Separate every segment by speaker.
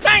Speaker 1: Tá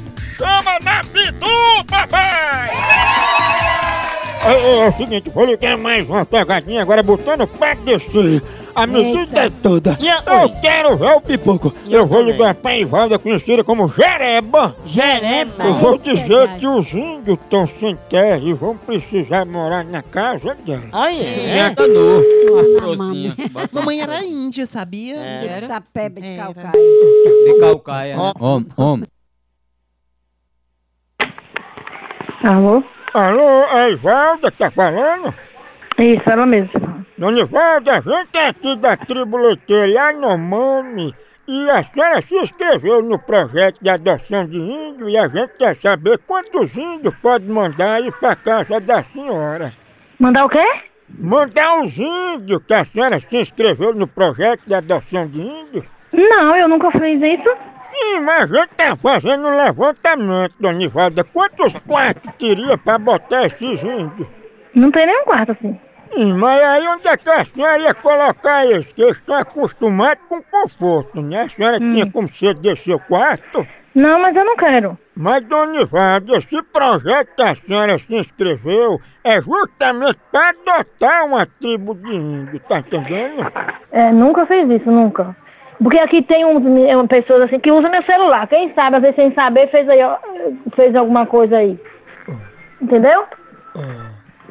Speaker 1: chama na Pitu, papai! É, é, é o seguinte, vou ligar mais uma pegadinha agora, botando pra descer. A medida
Speaker 2: Eita.
Speaker 1: toda.
Speaker 2: E a-
Speaker 1: eu
Speaker 2: oi.
Speaker 1: quero ver o pipoco. Eu vou
Speaker 2: também. Ah,
Speaker 1: ligar pra Ivalda, conhecida como Jereba.
Speaker 2: Jereba.
Speaker 1: Eu vou
Speaker 3: é
Speaker 1: dizer
Speaker 3: verdade.
Speaker 1: que os índios estão sem terra e vão precisar morar na casa dela.
Speaker 2: Aí é.
Speaker 4: Danou.
Speaker 3: Nossa,
Speaker 4: Frozinha. Bota
Speaker 5: Mamãe era índia, sabia?
Speaker 2: É.
Speaker 3: Era? Tá pebe de
Speaker 5: Era.
Speaker 3: calcaia.
Speaker 4: De calcaia. né? Om, om.
Speaker 6: Alô?
Speaker 1: Alô, é Ivalda que tá falando?
Speaker 6: Isso, ela mesma.
Speaker 1: Dona Ivalda, a gente é aqui da tribo leiteira Yanomami e a senhora se inscreveu no projeto de adoção de índio e a gente quer saber quantos índios pode mandar ir pra casa da senhora.
Speaker 6: Mandar o quê?
Speaker 1: Mandar os índios que a senhora se inscreveu no projeto de adoção de índio?
Speaker 6: Não, eu nunca fiz isso.
Speaker 1: Sim, mas a gente tá fazendo um levantamento, Dona Ivalda. Quantos quartos teria pra botar esses índios?
Speaker 6: Não tem nenhum quarto assim.
Speaker 1: Sim, mas aí onde é que a senhora ia colocar eles? Que eles estão acostumados com conforto, né? A senhora tinha como ser desse seu quarto?
Speaker 6: Não, mas eu não quero.
Speaker 1: Mas, Dona Ivalda, esse projeto que a senhora se inscreveu é justamente para adotar uma tribo de índio, tá entendendo?
Speaker 6: É, nunca fiz isso, nunca. Porque aqui tem uns, mi- um, pessoas assim que usam meu celular. Quem sabe, às vezes sem saber, fez, aí, ó, fez alguma coisa aí. Entendeu?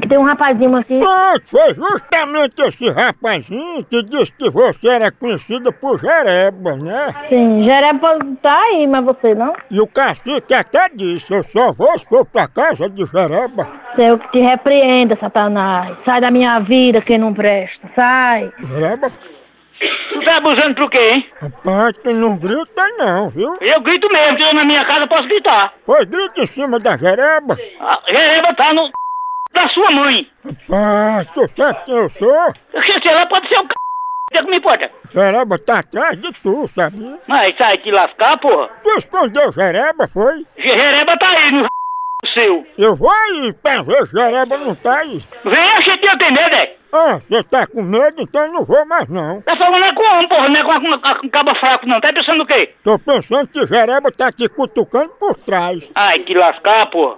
Speaker 6: Que tem um rapazinho assim.
Speaker 1: Pronto, foi justamente esse rapazinho que disse que você era conhecida por Jereba, né?
Speaker 6: Sim, Jereba assim, tá aí, mas você não.
Speaker 1: E o cacique até disse, eu só vou se for pra casa de Jereba.
Speaker 6: Eu é que te repreenda, Satanás. Sai da minha vida, quem não presta. Sai.
Speaker 1: Jereba,
Speaker 7: Tu tá abusando por quê, hein?
Speaker 1: rapaz, tu não grita não, viu?
Speaker 7: Eu grito mesmo, que eu na minha casa posso gritar.
Speaker 1: Pois grita em cima da Jereba.
Speaker 7: A Jereba tá no c... da sua mãe.
Speaker 1: Rapaz, tu sabe quem eu sou?
Speaker 7: Porque se ela pode ser o c... que me importa.
Speaker 1: Jereba tá atrás de tu, sabia?
Speaker 7: Mas sai de lascar, porra.
Speaker 1: Tu escondeu Jereba, foi?
Speaker 7: Jereba tá aí no c... seu.
Speaker 1: Eu vou aí pra ver Jereba não tá aí.
Speaker 7: Vem a gente atender, né?
Speaker 1: Ah, você tá com medo, então eu não vou mais não.
Speaker 7: Tá falando é com homem, porra, não é com, com, com, cabo fraco, não. Tá pensando o quê?
Speaker 1: Tô pensando que Jereba tá te cutucando por trás.
Speaker 7: Ai, que lascar, porra.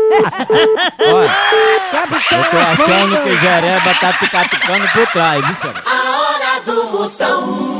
Speaker 4: Olha, eu tô achando que Jereba tá te catucando por trás, viu, senhor?
Speaker 2: A hora do moção.